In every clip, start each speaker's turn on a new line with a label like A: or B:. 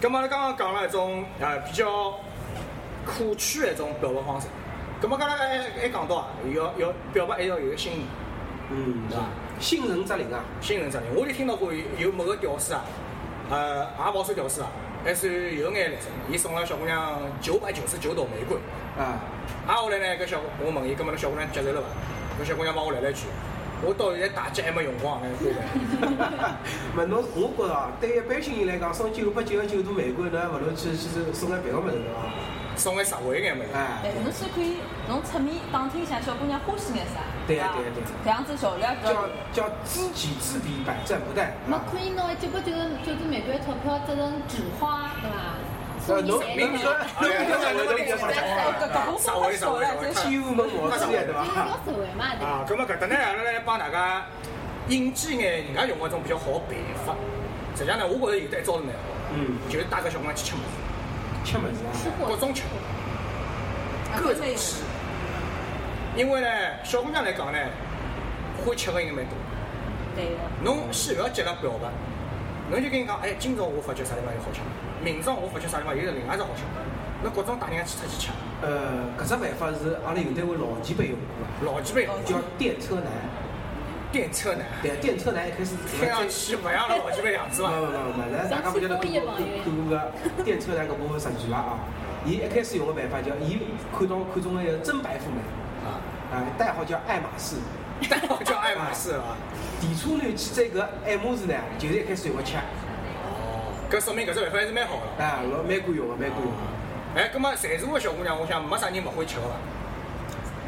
A: 咁我咧剛剛講啦一種誒比較可取嘅一種表白方式。咁我剛剛還還講到啊，要要表白還要有一個心意，
B: 嗯，
A: 是吧？
B: 信任责任啊，
A: 新人啥人，我就听到过有有某个屌丝啊，呃，也勿算屌丝啊，还算有眼力神。伊送了小姑娘九百九十九朵玫瑰，
B: 啊，
A: 啊，后来呢，搿小我问伊，搿么那小姑娘接受了伐？搿小姑娘帮我来了一句，我到现在打击还没用光呢，对不对？
B: 勿侬，我觉着啊，对一般性人来讲，送九百九十九朵玫瑰呢，勿如去去送眼别个物事啊，
A: 送眼实惠眼物事。
B: 哎
C: 哎，，侬先可以侬侧面打听一下小姑娘欢喜眼啥，
B: 对啊
C: 伐
B: 对啊对啊
C: 这样子效率也
B: 叫
C: 高。
B: 叫知己知彼，百战不殆。
D: 没
B: 啊
D: 可以拿九百九十九支玫瑰钞票折成纸花，对伐？
B: 呃，
D: 送
B: 侬
D: 你
B: 侬
D: 三
B: 侬
D: 个
B: 侬侬侬
A: 哎
B: 侬
C: 哎搿搿搿部分太少了，真是
B: 西湖门毛主席对
D: 因为
B: 伐
D: 要？实惠嘛，对伐？
A: 啊，咁么搿搭呢，阿拉来帮大家引荐眼人家用搿种比较好的办法。实际上呢，我觉着有得一招是蛮好
B: 嗯，
A: 的，就是带搿小姑娘去吃物事，
B: 吃么子啊？
D: 吃货
A: 各种吃，
C: 啊
A: 各
C: 搿
A: 种
C: 才有
A: 吃。因为呢，小姑娘来讲呢，会吃个应该蛮多。
C: 对的。
A: 侬先勿要急着表白，侬就跟伊讲，哎，今朝我发觉啥地方有好吃，明朝我发觉啥地方又是另外一只好吃，侬各种带人家去出去吃，
B: 呃，搿只办法是阿拉有单位老前辈用过的，
A: 老几辈
C: 哦
B: 叫电车男。
A: 电车 男，
B: 对，电车男一开始
A: 听上去勿像老几辈样子
B: 勿
A: 嘛。
B: 勿勿勿，咱大家勿晓得看过看过个电车男搿部日剧伐啊？伊一开始用个办法叫，伊看到看中个真白富美
A: 啊，
B: 啊，代号叫爱马仕。
A: 代号叫爱马仕啊。
B: 提车男去追搿爱马仕呢，就是一开始用个吃啊，
C: 哦
A: 搿说明搿只办法还是蛮好个。
B: 老蛮管用个，蛮管用个。
A: 哎，葛末侪坐个小姑娘，我想没啥人勿会吃个伐？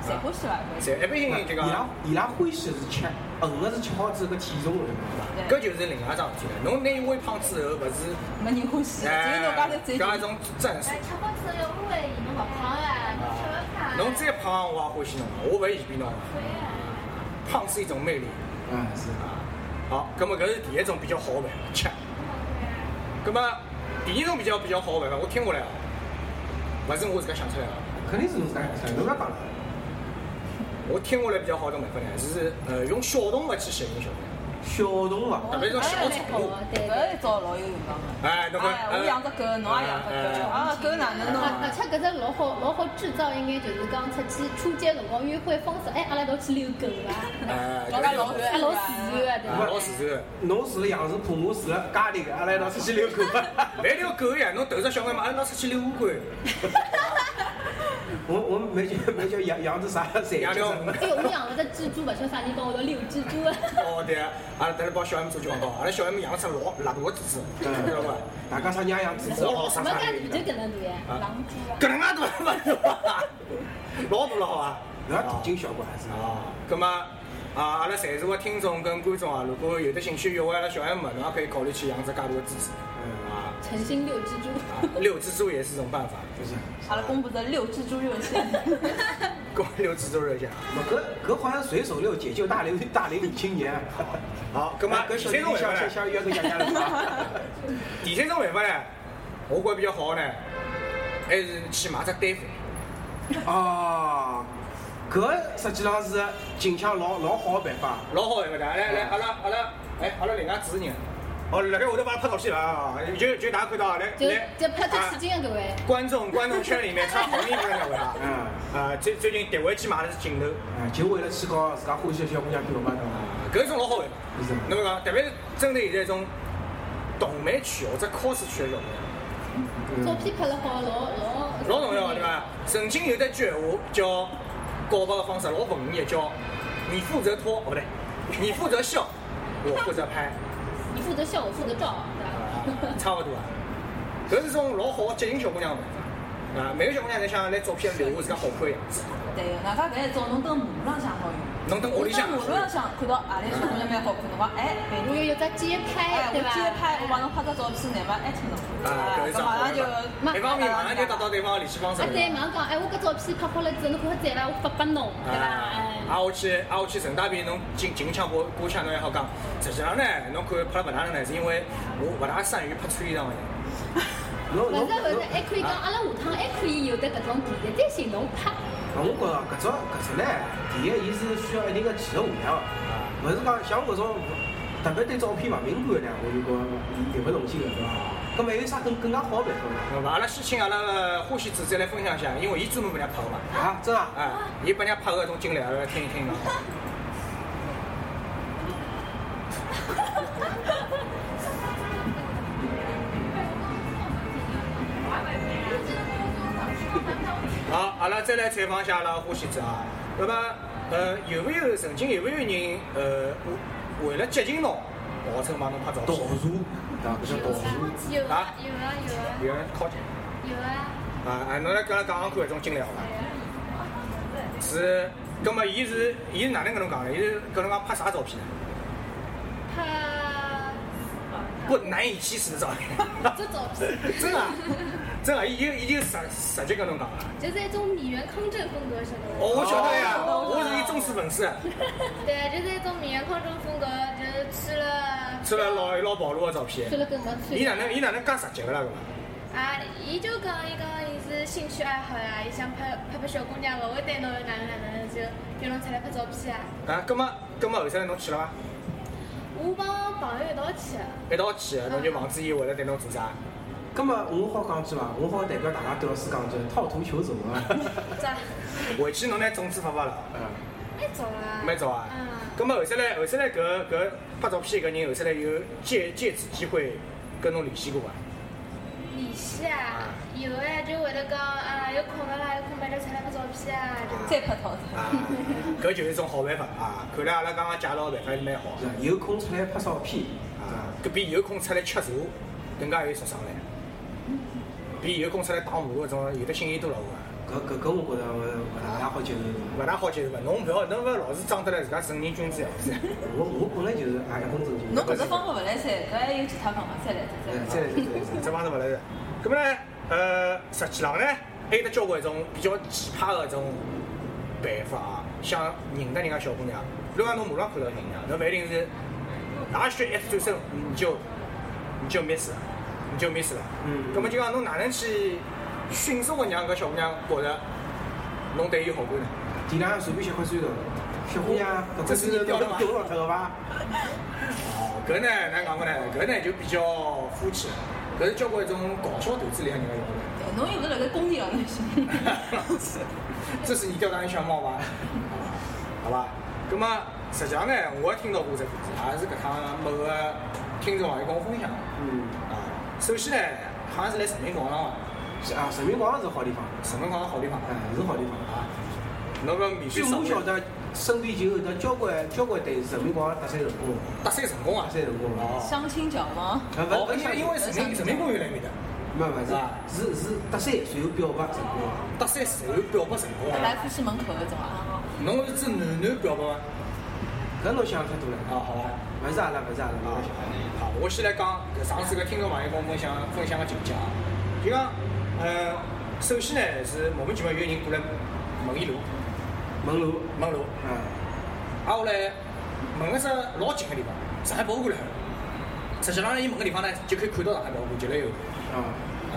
C: 侪欢喜伐？
A: 侪一般性人就
B: 伊拉
A: 讲，
B: 伊拉欢喜的是吃，横个是吃好之后搿体重了，对
C: 对
A: 搿就是另外一桩事体了。侬拿伊微胖之后，勿是
C: 没人欢喜，只有侬家头最
A: 哎搿一种战术
E: 哎，。吃好吃要安慰伊，侬勿胖啊，侬吃勿胖啊。
A: 侬再胖，我也欢喜侬，我勿会嫌弃侬。
E: 对啊
A: 胖是一种魅力
B: 伐？啊，是。
A: 啊。好，葛末搿是第一种比较好个办法，吃。葛末啊第二种比较比较好个办法，我听下来啊，勿是我自家想出来个。
B: 肯定是侬自家想，侬自家讲了。
A: 我听下来比较好个办法呢，是呃用小动物去吸引小姑娘。
B: 小动物，
A: 特别是种小宠物，
D: 对
C: 搿一招老有用场的。
A: 哎侬看
C: 哎我养只狗，侬也养只
A: 呃
C: 狗，啊，狗哪能弄？
D: 而而且搿只老好老好制造，应该就是讲出去初见辰光约会方式，哎，阿拉一道去遛狗伐？
A: 哎，
C: 老大老远
D: 啊，老自然啊，对
A: 啊，
D: 伐？
A: 老自然。
B: 侬住了杨氏浦，我住了嘉定，阿拉一道出去遛狗。
A: 来条狗呀，侬头只小狗嘛，阿拉拿出去遛乌龟，
B: 我我没叫没叫养养只啥谁
A: 养
B: 叫
A: 条
B: 什么？
D: 哎呦，我养了只蜘蛛，勿晓得啥人帮我要遛蜘蛛啊！
A: 哦对啊，阿拉等下帮小 M 做广告，阿拉小 M 养了只老辣大个蜘蛛，知道伐？
B: 大家啥人也养只只
A: 我老傻
D: 没
A: 傻
D: 干大
A: 的，
D: 就搿能大呀，
A: 啊
D: 狼蛛啊！
A: 搿能介大勿是伐？老大了好伐？
B: 不要大惊小怪是吧？
A: 啊，葛么啊，阿拉在座个听众跟观众啊，如果有的兴趣约会阿拉小 M，侬也可以考虑去养只介大个蜘蛛
B: 嗯，
A: 啊。
D: 诚心遛蜘蛛。
A: 啊遛蜘蛛也是种办法，
B: 就是。
C: 阿拉公布的六蜘蛛热线，
A: 跟我遛蜘蛛热线。
B: 我搿搿好像随手遛解救大龄大龄青年。
A: 好，啊葛么
B: 搿
A: 第
B: 小
A: 三
B: 弟
A: 种办
B: 想
A: 法
B: 想
A: 呢？
B: 想约个爷爷了伐？
A: 第三种办法呢，我觉得比较好呢，还是去买只单反。
B: 哦，搿实际上是近腔老老好的办法。
A: 老好个哒，来来，阿拉阿拉，哎，阿拉另外主持人，哦，辣盖下头帮他拍照片伐？啊就就大家看到啊，来
D: 就
A: 来，
D: 就拍
A: 啊
D: 出戏精的各位，
A: 观众观众圈里面穿红衣服的那位 啊，啊，最最近特为去买了只镜头，
B: 啊，就为了去搞自家欢喜的小姑娘表白的嘛，
A: 搿种老好个。
B: 是吗
A: 那么讲，特别是针对现在这种动漫区或者 cos 区的小朋
D: 照片拍了好，老
A: 友，
D: 老
A: 老重要的对？伐？曾经有得句闲话叫告白的方式老文艺，叫你负责拖，哦不对，你负责笑，我负责拍。
D: 你负责笑，我负责照，
A: 啊
D: 对吧？
A: 差勿多啊。搿是种老好的接近小姑娘的办法啊！每个小姑娘侪想拿照片留下自家好看的样子，
C: 对个，外加搿一招侬登马路浪向好用。
A: 侬等屋里向
C: 侬登马路浪向看到阿里小姑娘蛮好看，侬讲哎，美
D: 我
C: 女，
D: 有有只街
C: 哎，
D: 拍，
C: 我
D: 对吧？
C: 街拍，我帮侬拍只照片，乃末艾特侬，
A: 啊，搿
C: 哎
A: 是桩
C: 马
A: 好
C: 上就
A: 办法。一方面马上就达到对方的联系方式
D: 啊，对，
A: 了，
D: 马上讲，哎，我搿照片拍好了之后，侬看好赞伐？我发拨侬，对伐？哎
A: 啊，我去啊，我去陈大便，侬进进腔过过腔，侬也好讲。实际上呢，侬看拍了勿哪能呢？是因为我勿大善于拍穿衣裳的人。
B: 侬
D: 勿是
B: 侬
D: 勿是，
B: 侬。
D: 还可以讲，阿拉下趟还可以有得搿种题材再寻侬拍。
B: 我觉着搿只搿只呢，第一伊是需要一定的技术含量，
A: 啊
B: 勿是讲像我搿种特别对照片勿敏感的呢，我就觉着力不从心的，对伐？咁么有啥更更加好的办法
A: 好吧，阿拉先请阿拉个花仙子再来分享一下，因为伊专门帮人家拍个嘛，
B: 呢？啊，真的啊？
A: 啊，伊帮人家拍个搿种经历，阿拉来听一听喏。好，阿拉再来采访一下阿拉花仙子啊。那么，呃，有没有曾经有没有人呃为为了接近侬，号称帮侬拍照
B: 道
A: 片？
B: 术，啊，搿叫道术。
E: 有啊有啊有啊
A: 有人靠近
E: 有啊，
A: 啊啊！侬来跟阿拉讲讲看搿种经历好伐？是，葛么伊是伊是哪能跟侬讲的？伊是跟侬讲拍啥照片呢？
E: 他
A: 不难以启齿的照片，
D: 这照片
A: 真的啊， 真的啊，伊就伊就直直接跟侬讲了。
D: 就是一种米原康正风格，晓得
A: 哦，
D: 吗？
A: 我晓得呀，
C: 哦
A: 我是伊忠实粉丝，
E: 对，就是一种米原康正风格，就是吃了
A: 出来老老暴露的照片
D: 穿。了跟没
A: 伊哪
D: 穿。
A: 能伊哪能介直接个啦？搿个
E: 啊，伊就讲伊讲伊是兴趣爱好呀，伊想拍拍拍小姑娘，勿会对侬有哪能哪能，就叫侬出来拍照片啊。
A: 啊，葛么葛么后头来侬去了伐？
E: 我帮朋友一道去的，
A: 一道去的，侬就防止伊回来对侬做啥？
B: 咁么我好讲句伐，我好代表大家对老师讲句，套图求走啊。
E: 咋？
A: 回去侬拿种子发发了，
B: 嗯
E: 蛮早啦。
A: 蛮早啊。
E: 嗯。
A: 葛么后头来后头来搿搿拍照片搿人后头来有借借此机会跟侬联系过伐？啊
E: 联系啊，有哎，就会得讲啊，有空的啦，有空嘛就出来拍照片啊。就
C: 再拍套子。
A: 啊，搿就是一种好办法啊！看来阿拉刚刚介绍的办法是蛮好
B: 是啊有空出来拍照片
A: 啊
B: 啊，，
A: 搿比有空出来吃茶更加有杀伤力，比有空出来打马路搿种有的新意多了我
B: 搿搿搿我觉着勿勿大好接受。
A: 勿大好接受伐？侬勿要侬勿要老是装得来自家正人君子样子。
B: 我我本来就是啊一本正经。
C: 侬搿只方法勿来三，搿还有其他方法，再来再
B: 嗯
C: 来。
B: 再来再来再来
A: 这帮子勿来事。咁么呢，呃，实际上呢，还有得交关一种比较奇葩的一种办法啊，想认得人家小姑娘。比如讲侬马上看到人家，侬勿一定是，大学一转身你就你就 miss 了，你就 miss 了。
B: 嗯
A: 咁么就讲侬哪能去迅速的让搿小姑娘觉着侬对伊有好感呢？
B: 地浪随便吸块砖头，小姑娘搿块砖头掉了掉落脱个伐？
A: 哦，搿呢，哪讲法呢？搿呢就比较肤浅了，搿是交关一种搞笑段子里向人家用的。
C: 侬又勿是辣盖工地上头去。
A: 这是你钓到一小猫吧？好吧，那么实际上呢，我也听到过这故事，也是搿趟某个听众朋友跟我分享的
B: 嗯，
A: 啊。首先呢，好像是来人民广场啊，
B: 是啊，人民广场是好地方，
A: 人民广场好地方
B: 哎，是好地方。
A: 啊。侬不要免费
B: 据
A: 上
B: 我晓
A: 班，
B: 得，身边就有得交关交关对人民广场搭讪成功，
A: 搭讪成功啊
B: 搭！讪成功了。
A: 哦，
C: 相亲角吗？
B: 啊
A: 哦
B: 勿，勿
A: 因
B: 像
A: 为因为人民人民公园来面的，
B: 没没是是是搭讪，随后表白成功。
A: 搭讪是有表白成功
C: 来
A: 啊。
C: 复试门口搿种啊。
A: 侬是指男男表白吗？
B: 搿侬想太多了
A: 啊，，好吧。
B: 勿是阿拉，勿是阿拉，
A: 啊
B: 勿是阿拉。，
A: 好，我先来讲搿上次搿听众朋友跟我分享分享个情节啊，就讲，呃，首先呢是莫名其妙有人过来问伊路，
B: 门路，
A: 问路，
B: 啊，
A: 啊后来问了只老近个啊地方，上海博物馆辣海，实际上呢伊问个地方呢就可以看到上海博物馆就辣右头，
B: 啊，
A: 啊，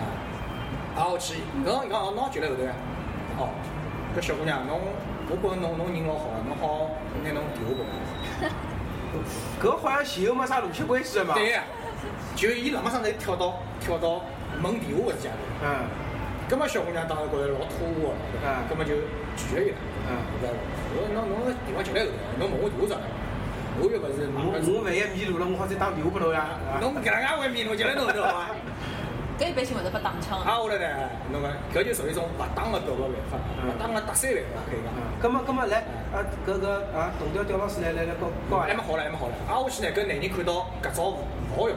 A: 啊我去，侬讲哦侬也就辣后头呀，哦，搿小姑娘侬，我觉着侬侬人老好啊，侬好拿侬电话拨我。
B: 搿好像前后没啥逻辑关系的嘛。
A: 对呀，就伊辣马上才跳到跳到问电话搿只阶段，
B: 嗯，
A: 葛末小姑娘当然觉着老突兀个，对伐
B: 嗯？
A: 葛末啊就拒绝伊了。
B: 嗯
A: 对伐我说侬侬个电话就来后头，侬问我电话啥？我又勿是
B: 我我万一迷路了，我好再打电话拨侬呀。啊
A: 侬搿能介会面，侬就来侬后头好伐？
C: 搿一般性会得被打枪。
A: 啊，后来呢，侬讲搿就属于一种勿当个表白办法，勿当个搭讪办法可以讲。
B: 咁么，咁么来，啊，搿个啊，董调调老师来来来，告告
A: 还
B: 俺
A: 没
B: 们，
A: 好了，还没好了。啊，我去呢，搿男人看到搿招勿好用，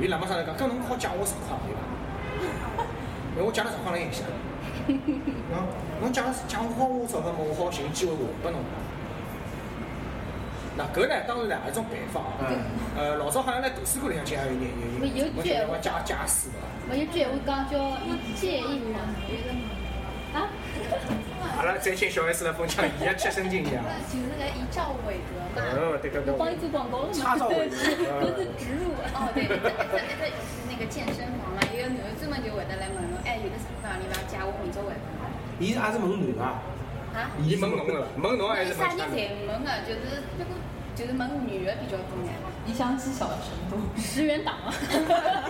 A: 伊辣马上来讲，搿侬好讲我情况对伐？因为我讲了情况能影响。侬侬讲讲好我钞票嘛，我好寻机会还拨侬。那搿呢，当然呢，也是一种办法啊。
B: 嗯，
A: 呃，老早好像在图书馆里向经常有人有人
D: 有借
A: 我借借书的。
D: 我有句闲话讲叫一介一人，啊，
A: 阿拉再请小 S 来分享伊个切身经验啊。
E: 就是个一兆韦德嘛。
A: 嗯，对对对
D: 我。帮你做广告了嘛？
B: 插上尾巴
D: 搿是植入啊。
F: 哦，对，一只一只一只那个健身房啦，有个男的专门就会得来问侬，哎，有个啥地方你勿要加我名字会
B: 伊也是问男啊，
F: 啊？
A: 伊问侬了，问侬还是
F: 啥
A: 问
F: 人
A: 其他人？
F: 侪问啊，就是那个就是问女的比较多眼。
C: 一箱鸡小的程度。
D: 十元档啊，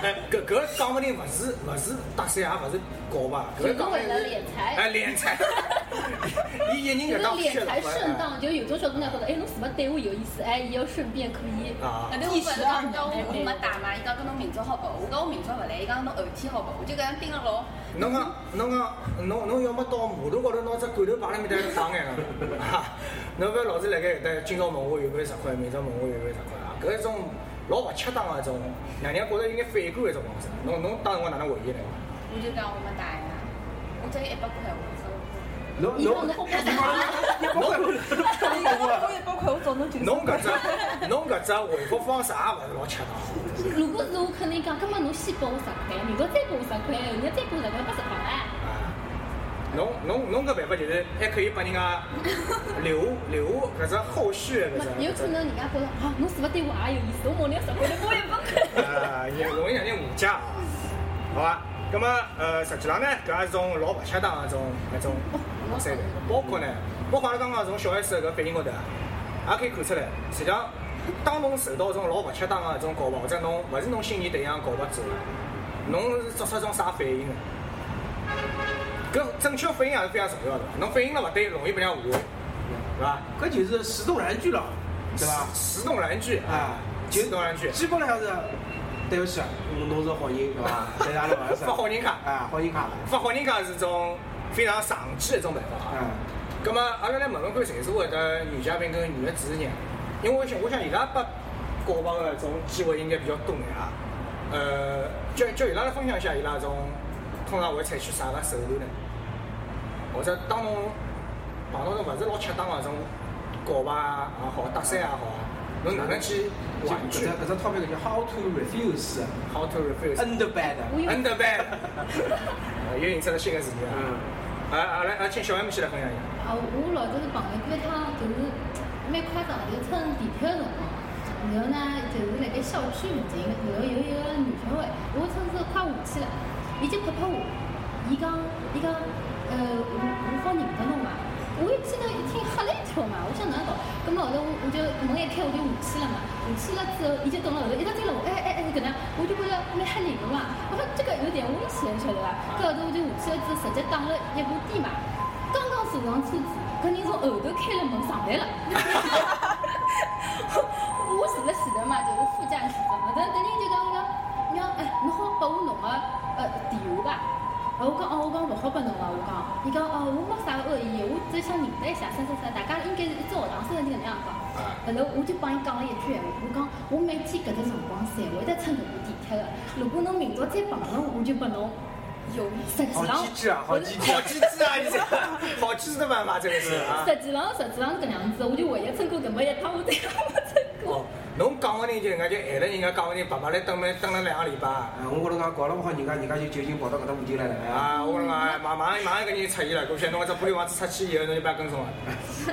A: 哎， 搿搿讲勿定勿是勿是搭讪，也勿是搞吧，搿
D: 就是
A: 讲勿
D: 为
A: 定
D: 了
A: 是
D: 敛财
A: 哎，敛 财，伊一人
D: 就
A: 搿
D: 是
A: 讲
D: 敛财
A: 顺
D: 顺当，就有种小姑娘觉得，哎，侬什么对我有意思，哎，伊要顺便可以。
A: 啊
F: 后头我问他，伊讲我没打嘛，伊讲搿侬明朝好拨我，我讲我明朝勿来，伊讲侬后天好拨我，就搿样盯了老。
A: 侬讲，侬讲，侬侬要么到马路高头拿只罐头摆辣面搭打眼了，哈，侬勿要老是辣盖搿搭，今朝问我有没有十块，明朝问我有没有十块啊，搿一种老勿恰当个一种，让人家觉着有眼反感个一种方式。侬侬当辰光哪能回应呢？
F: 我就讲我没打呀，我只有一百块，我只
B: 侬
D: 以后
B: 侬
D: 侬好好打。
C: 一个包一包块，我找侬就
A: 侬搿只侬搿只回复方式也勿是老恰当。
D: 如果是我，肯定讲，葛末侬先拨我十块，明朝再拨我十块，后日再拨我十块，拨十块唻。
A: 啊，侬侬侬搿办法就是还可以拨人家留留搿只后续的搿只。
D: 有可能人家觉得啊，侬是勿是对我也有意思？我某年十块，我也不肯。
A: 呃，也容易让人误解啊，好吧？那么呃，实际上呢，搿也是种老勿恰当的一种一种方式，包括呢，包括阿拉刚刚从小 S 的搿反应高头啊，也可以看出来，实际上当侬受到一种老勿恰当的一种搞法，或者侬勿是侬心仪对象搞法之后，侬是作出一种啥反应呢？搿正确反应也是非常重要的，侬反应了勿对，容易被人家误会，是吧？
B: 搿就是石动燃具了，对伐？
A: 自动燃具
B: 啊，
A: 自动燃具，
B: 基本上是，对不起，侬是好人，对伐？ 对阿拉勿是。
A: 发好人卡
B: 啊，好人卡。
A: 发好人家是种非常长期的一种办法啊。
B: 嗯，
A: 咁么，阿拉来问问看，谁是会得女嘉宾跟女的主持人？因为我想，我想伊拉拨告白的这种机会应该比较多眼啊。呃，叫叫伊拉来分享一下伊拉这种通常会采取啥个手段呢？或者当侬碰到种勿是老恰当的这种告白也好、搭讪也好，侬
B: 嗯
A: 哪能去
B: 就
A: 婉
B: 搿只
A: 拒
B: 搿只 topic 叫 how to refuse
A: ？How to refuse？
B: under bad。
D: 我有
A: under bad，呃又引出了新的词语啊！
B: 嗯。
A: 啊啊来啊，请小 M 先来分享一下。
D: 啊，我老早是碰到过一趟，就是蛮夸张的，就乘地铁的辰光。然后呢，就是辣盖校区附近，然后有一个女小孩，我乘车快下去了，伊就拍拍我，伊讲，伊讲，呃，我我好认得侬嘛。我一记得一听吓了一跳嘛，我想哪能搞？咁么后头我我就门一开我就下去了嘛，下去了之后，伊就等了后头一直追了我，哎哎哎搿能，我就觉着蛮吓人的嘛，我说这个有点危险，晓得伐？搿后头我就下去了之后，直接打了一部的嘛。刚刚坐上车子，搿人从后头开了门上来了。我坐辣前头嘛，就是副驾驶座嘛。但等人就讲讲，娘，哎，侬好拨我侬个呃电话伐？呃，我讲哦，我讲勿好拨侬个，我讲，伊讲哦，我没啥恶意，我只想认得一下，啥啥啥，大家应该是一只学堂，虽然就搿能样讲。后头我就帮伊讲了一句闲话，我讲我每天搿只辰光侪会得乘搿部地铁个，如果侬明朝再碰到我，我就拨侬。有实际
B: 好
D: 上，
B: 机智啊，好机智
A: 好。机智啊！你这好机智的办法，这个是啊。
D: 实际上，实际上是搿样子，我就唯一乘过搿么一趟，我再也没乘过
A: 哦。，侬讲个人就人家就害了人家讲个人白白来等了等了两个礼拜
B: 啊，我觉着讲搞了勿好，人家人家就就已经跑到搿搭附近来了。啊，
A: 啊！我讲哎，马马上马上搿人出现了，估计侬搿只玻璃房子出去以后，侬就不要跟踪了。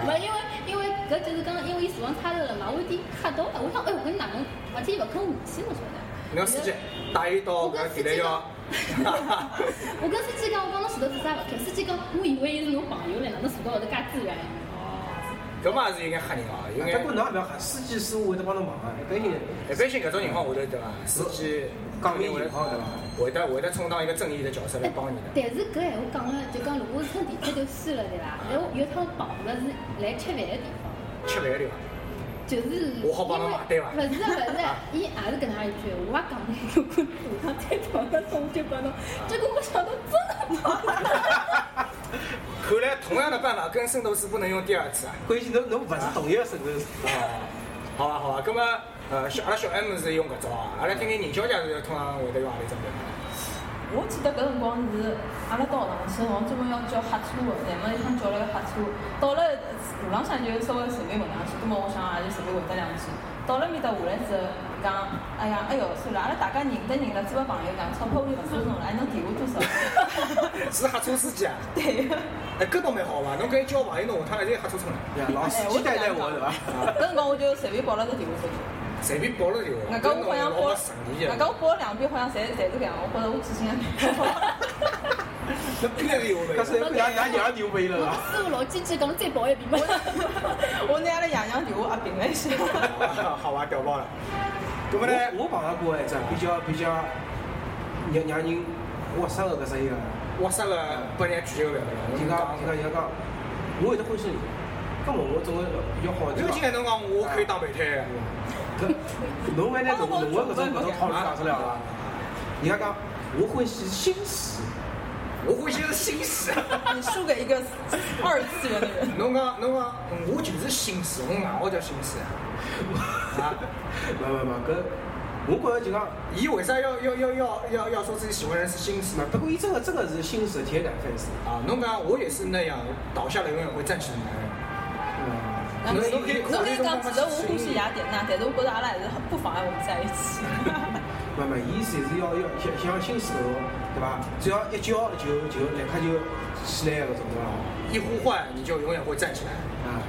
D: 勿，因为因为搿就是讲，因为伊坐上差头了嘛，我有点吓到了。我想，哎哟，搿哪能？而且伊勿肯下去，我晓得。
A: 侬司机啊带伊到搿地雷 要，
D: 我跟司机讲，我讲侬前头做啥勿开？司机讲，我以为伊是侬朋友来呢，侬坐到后头介自然。
A: 搿嘛也是有眼吓人哦，有眼
B: 不过。侬也勿要吓，司机师傅会得帮侬忙啊。搿人
A: 一般性搿种情况下头对伐？啊司机
B: 讲明
A: 明
B: 情况对伐？
A: 会得会得充当一个正义的角色来帮你的。
D: 但是搿闲话讲了，就讲如果是乘地铁就算了，对伐？
A: 嗯
D: 但我有一趟碰着是来吃饭的地方。
A: 吃饭个地方，
D: 就是
A: 我好帮侬买单伐
D: 勿是勿是，
A: 啊
D: 伊也是搿能样一句，我也讲了，如果下趟再碰到我就帮侬。
A: 啊
D: 结果没想到真的碰到。
A: 看来同样的办法跟圣斗士不能用第二次啊。
B: 关键侬侬勿是同一个身份。
A: 好啊好啊，咁么呃，小阿拉小 M 是用搿种啊，阿拉听听宁小姐是通常会得用阿里种办法。
C: 我记得搿辰光是阿拉到学堂去，我专门要叫黑车的，乃末一趟叫了个黑车，到了路浪向就稍微随便混两句，葛末我想也就随便混得两句。到了面搭下来之后，讲哎呀哎哟算了，阿拉大家认得认了，做个朋友讲，钞票我就勿收侬了，哎侬电话多少？
A: 是黑车司机啊？
C: 对。
A: 哎，搿倒蛮好嘛，侬跟伊交朋友，侬下趟来侪黑车出来，
B: 对啊，老司
C: 哎
B: 机
C: 我
B: 带带我对
C: 对
B: 伐？
C: 搿辰光我就随便报了只电话出去。
A: 随便报了电话，
C: 外加我好像
A: 老
C: 包，
A: 神秘
C: 外
A: 的
C: 加。我包了两遍，好像侪侪是搿样，我觉着我记性也蛮好。
A: 那必然是有
B: 搿
A: 的。
B: 是伊拉爷娘牛逼了
D: 我
B: 啦！
D: 师傅老坚持讲再跑一 遍嘛。
C: 我拿阿拉爷娘电话也评了一下，
A: 好吧，屌爆了。搿么呢？
B: 我我碰到过一只比较比较让让人窝塞的搿只一个，
A: 我塞了拨人家拒绝个办法
B: 就讲就讲就讲，我会得欢喜你，搿么我总归比较好
A: 侬今
B: 对
A: 天
B: 伐？
A: 侬讲我可以当备胎，
B: 搿侬还拿搿侬搿种搿种套路讲出来伐？人家讲我欢喜心事，
A: 我欢喜是心死。
C: 你输给一个二次元的人。
A: 侬讲侬讲，我就是心死，我外号叫心死啊。啊，
B: 没没没搿，我觉着就讲。
A: 伊为啥要要要要要要说自己喜欢的人是心死
B: 那
A: 呢？
B: 不过伊真的真的是心实铁杆 fans，
A: 啊，侬讲我也是那样，倒下了永远会站起来的人。
B: 嗯，
C: 侬可以讲，其实我欢喜雅典娜，但是我觉得阿拉还是不妨碍我们在一起。
B: 那么伊侪是要要想想心思的，对伐？只要一叫就就立刻就起来搿种对伐？
A: 一呼唤你就永远会站起来。
B: 啊，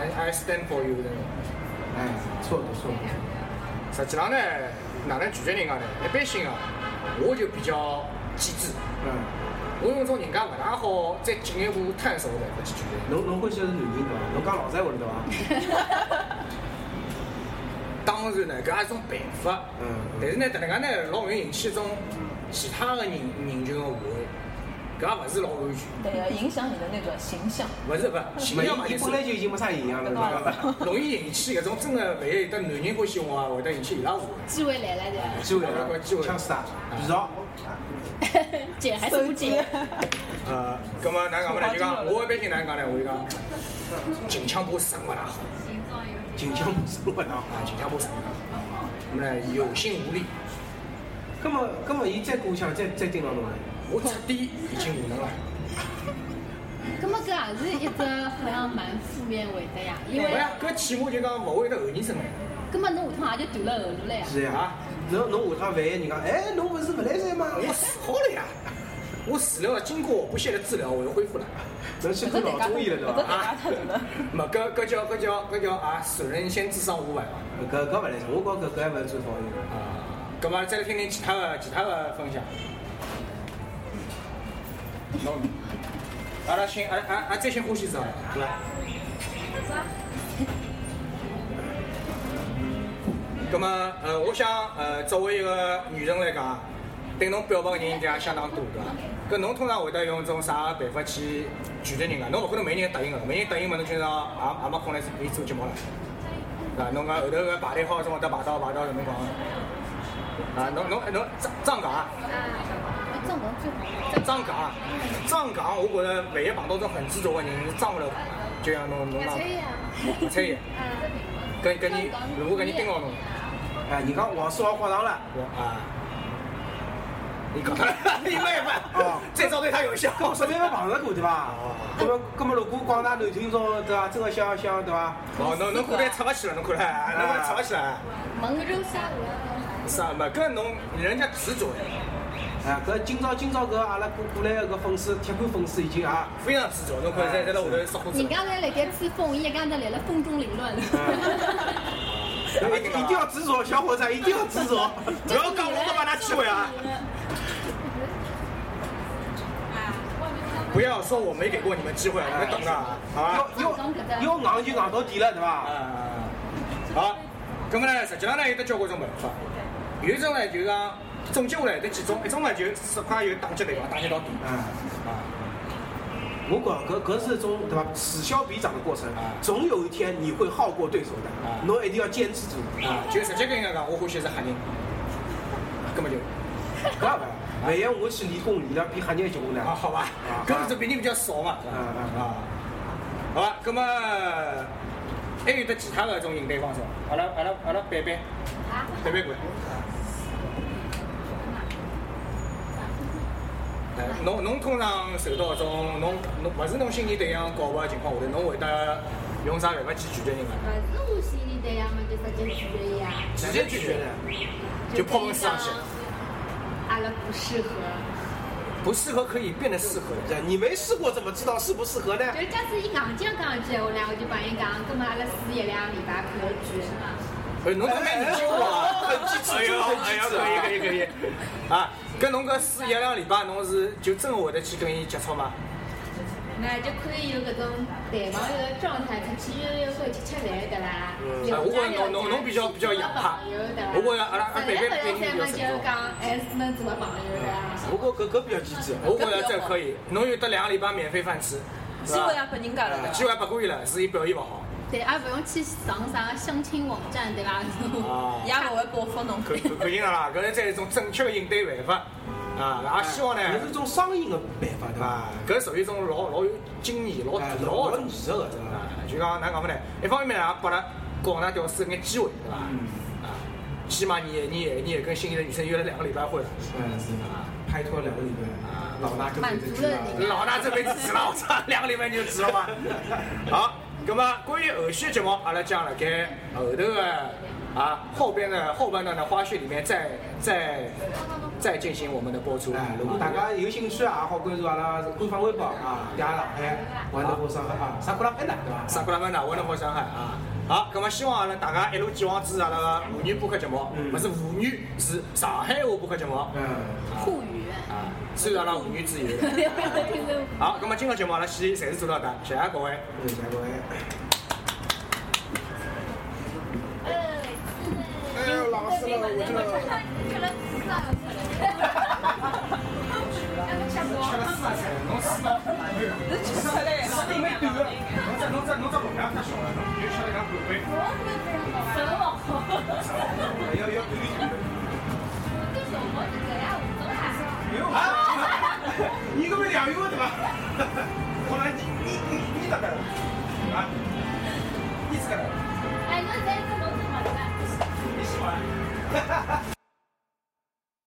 A: I I stand for you 的那种。
B: 哎，错了错了，
A: 实际上呢，哪能拒绝人家呢？一般性啊，我就比较机智，
B: 嗯，
A: 我用种人家勿大好再进一步探索的办法去拒绝。
B: 侬侬欢喜的是男人对伐？侬讲老实闲话了对伐？
A: 当然呢，搿也是种办法。
B: 嗯
A: 但是呢，迭能介呢，老容易引起一种其他的人人群的误会，搿也勿是老安全。
C: 对呀，影响你的那个形象。
A: 勿是勿，形象嘛
B: 没，伊
A: 就是
B: 本来就已经没啥营养了对伐？
A: 容易引起搿种真的万一有得男人欢喜我啊，会得引起伊拉误会。
D: 机会来了对
B: 机会来了，枪死他，预兆，
D: 吧，姐还是不
A: 啊
D: 姐？
A: 呃，葛末哪能讲法呢？就讲我一般性哪能讲呢？我就讲近腔部省勿大好，
B: 近腔不是不 当。
A: 啊，近腔部省勿大好。那么呢，有心无力，
B: 那么那么伊再过腔再再盯牢侬了，
A: 我彻底已经无能了。
D: 那么搿也啊是一只好像蛮负面回答呀，因
A: 勿
D: 为
A: 呀，搿起码就讲勿会得后人生
D: 那么侬下趟也就断了后路了呀。
B: 是呀。侬侬下趟万一人家哎侬勿是勿来三吗？
A: 我死好了呀！我死了，经过不懈的治疗，我又恢复了。
B: 侬去看老中医了对伐？
A: 啊，没，搿搿叫搿叫搿叫啊！损人先智商五百嘛。
B: 啊搿搿勿来事，我觉着搿搿还勿是最讨厌的。
A: 啊，搿么呃再来听听其他的其他的分享。侬，阿拉先阿阿阿再先呃呼吸一下，呃好伐？葛么，呃，我想，呃，作为一个女人来讲，对侬表白的人应该也相当多，对伐？搿侬通常会得用种啥办法去拒绝人家？侬勿可能每人答应个，每人答应嘛，侬今朝也也没空来陪做节目了，对伐？侬呃讲后头搿排队号总会得排到排到什么辰光？啊，侬侬侬涨涨价，
D: 哎这种最好了。
A: 涨价，涨价！我觉着万一碰到种很执着的人，是涨不了价，啊就像侬侬讲
E: 可，以啊，
A: 不睬伊，跟跟你如果跟你盯牢侬，
B: 哎，人家王世豪挂上了，
A: 啊，你搞他， 你没办法
B: 哦，
A: 这招对他有效。
B: 搿我身边没碰着过对伐？搿哦么搿么，如果广大男听众对伐，真个想想对伐？
A: 哦，侬侬过来插勿起来，啊侬过来，侬过来插勿起来。
D: 蒙
E: 搿种啥我
A: 啥嘛？搿啊侬人家执着，
B: 哎，搿今朝今朝搿阿拉过过来个搿粉丝铁杆粉丝已经啊，
A: 非常执着，侬看在在那下头撒胡子
D: 人。家在辣盖吹风，伊一家头辣辣风中凌乱。
A: 嗯
B: 哎一定一定要执着，小伙子一定要执 着。
A: 不要讲我不把他机会啊！不要说我没给过你们机会，你们懂的啊，好吧
B: 要？要要硬就硬到底了对伐？
A: 啊，好，咁么呢，实际上呢，有得交关种办法，有一种呢就是讲总结下来有得几种，一种呢就是实快有打击对伐？打击到底
B: 哎，
A: 啊，
B: 我讲搿搿是一种对伐此消彼长的过程
A: 啊，
B: 总有一天你会好过对手
A: 啊
B: 的，侬一定要坚持住。
A: 啊，就直接跟人家讲，我欢喜是黑人，咁么就
B: 搿也勿，万一我去理工理了比黑人还结棍呢
A: 啊？好吧，搿是比人比较少嘛，
B: 啊啊
A: 啊，好吧，咁么还有得其他的一种应对方式，阿拉阿拉阿拉摆摆，摆摆过来。哎侬侬通常受到种侬侬勿是侬心仪对象告白的啊情况下头，侬会得用啥办法去拒绝人家？
F: 是我心里对呀嘛，就直接拒绝呀，
A: 直接拒绝
B: 呢？
A: 就抛文上去，
F: 阿拉不适合。
A: 不适合可以变得适合。
B: 对你没试过怎么知道适不适合呢？
F: 就假使伊硬劲讲一句闲话呢，我就帮伊讲，葛末阿拉试一两个礼拜看要拒绝嘛。
A: 哎，侬都蛮年轻啊，
B: 很机智
A: 哎呦，哎呦，可以可以可以。啊，搿搿侬搿四一两礼拜侬是就真个会得去跟伊接触吗？
F: 那就可以有搿种淡忘一个状态，出去约约会、吃吃饭，对伐？
A: 嗯哎我觉着侬侬侬比较比较洋派
F: 朋友对伐？
A: 我觉着阿拉阿拉啊北
F: 本
A: 边
F: 来
A: 北
F: 本来
A: 边
F: 咱
A: 比较
F: 们就
A: 成熟
F: 是。讲，
D: 哎
F: 还是能做朋友对伐？
A: 哦
B: 我觉搿搿比较机智。
A: 我觉着这可以，侬有得两个礼拜免费饭吃，是
C: 机会也
A: 吧？
C: 拨人家了
A: 啊
C: 对
A: 机
C: 伐？
A: 会拨过伊了，是伊表现勿好。
D: 对，也勿用去上啥相亲网站，对伐？
A: 啊，
C: 也勿会报复侬。
A: 可可可以了啦，搿是再一种正确的应对办法啊！也希望呢，
B: 哎也是种双赢的办法，对伐？
A: 啊，搿属于一种老老有经验、老老
B: 哎老
A: 的
B: 老
A: 东
B: 艺
A: 西
B: 术个，对伐
A: 啊？。就讲哪讲法呢？一方面也拨了广大屌丝一眼机会，对伐？
B: 嗯
A: 啊，起码你也你也你也跟心仪的女生约了两个礼拜会了。
B: 嗯，是
A: 啊
B: 拍拖两个礼拜，老大就
D: 满足了你
A: 老大这辈子值了，我操，两个礼拜你就值了吗？好，那么关于后续的节目，阿拉将辣盖后头的啊后边的后半段的花絮里面再再再进行我们的播出。
B: 哎，如果大家有兴趣啊也好，关注阿拉官方微博啊，嗲上海，玩得过上海啊，啥过来拍的，对伐？
A: 萨库拉曼达，我能好上海啊！好，那么希望阿拉大家一路继往支持阿拉个妇女播客节目，
B: 嗯
A: 不是妇女，是上海话播客节目啊！
B: 嗯，
D: 沪语，
A: 虽然阿拉妇女之友。好，那么今朝节目阿拉先暂时做到这，谢谢各位。
B: 谢谢各位。
F: 嗯
A: 哎呦，老师了，我这。
E: 吃了四啊，
A: 侬死了，侬吃出来了，侬没 断了，侬这侬这侬这容量太小了，又吃了两半杯，哎要要没有啊？你搿么两月对吧？ 后来你你你你咋的？啊？你咋的？
E: 哎，侬现在怎么怎么了？
A: 你喜欢？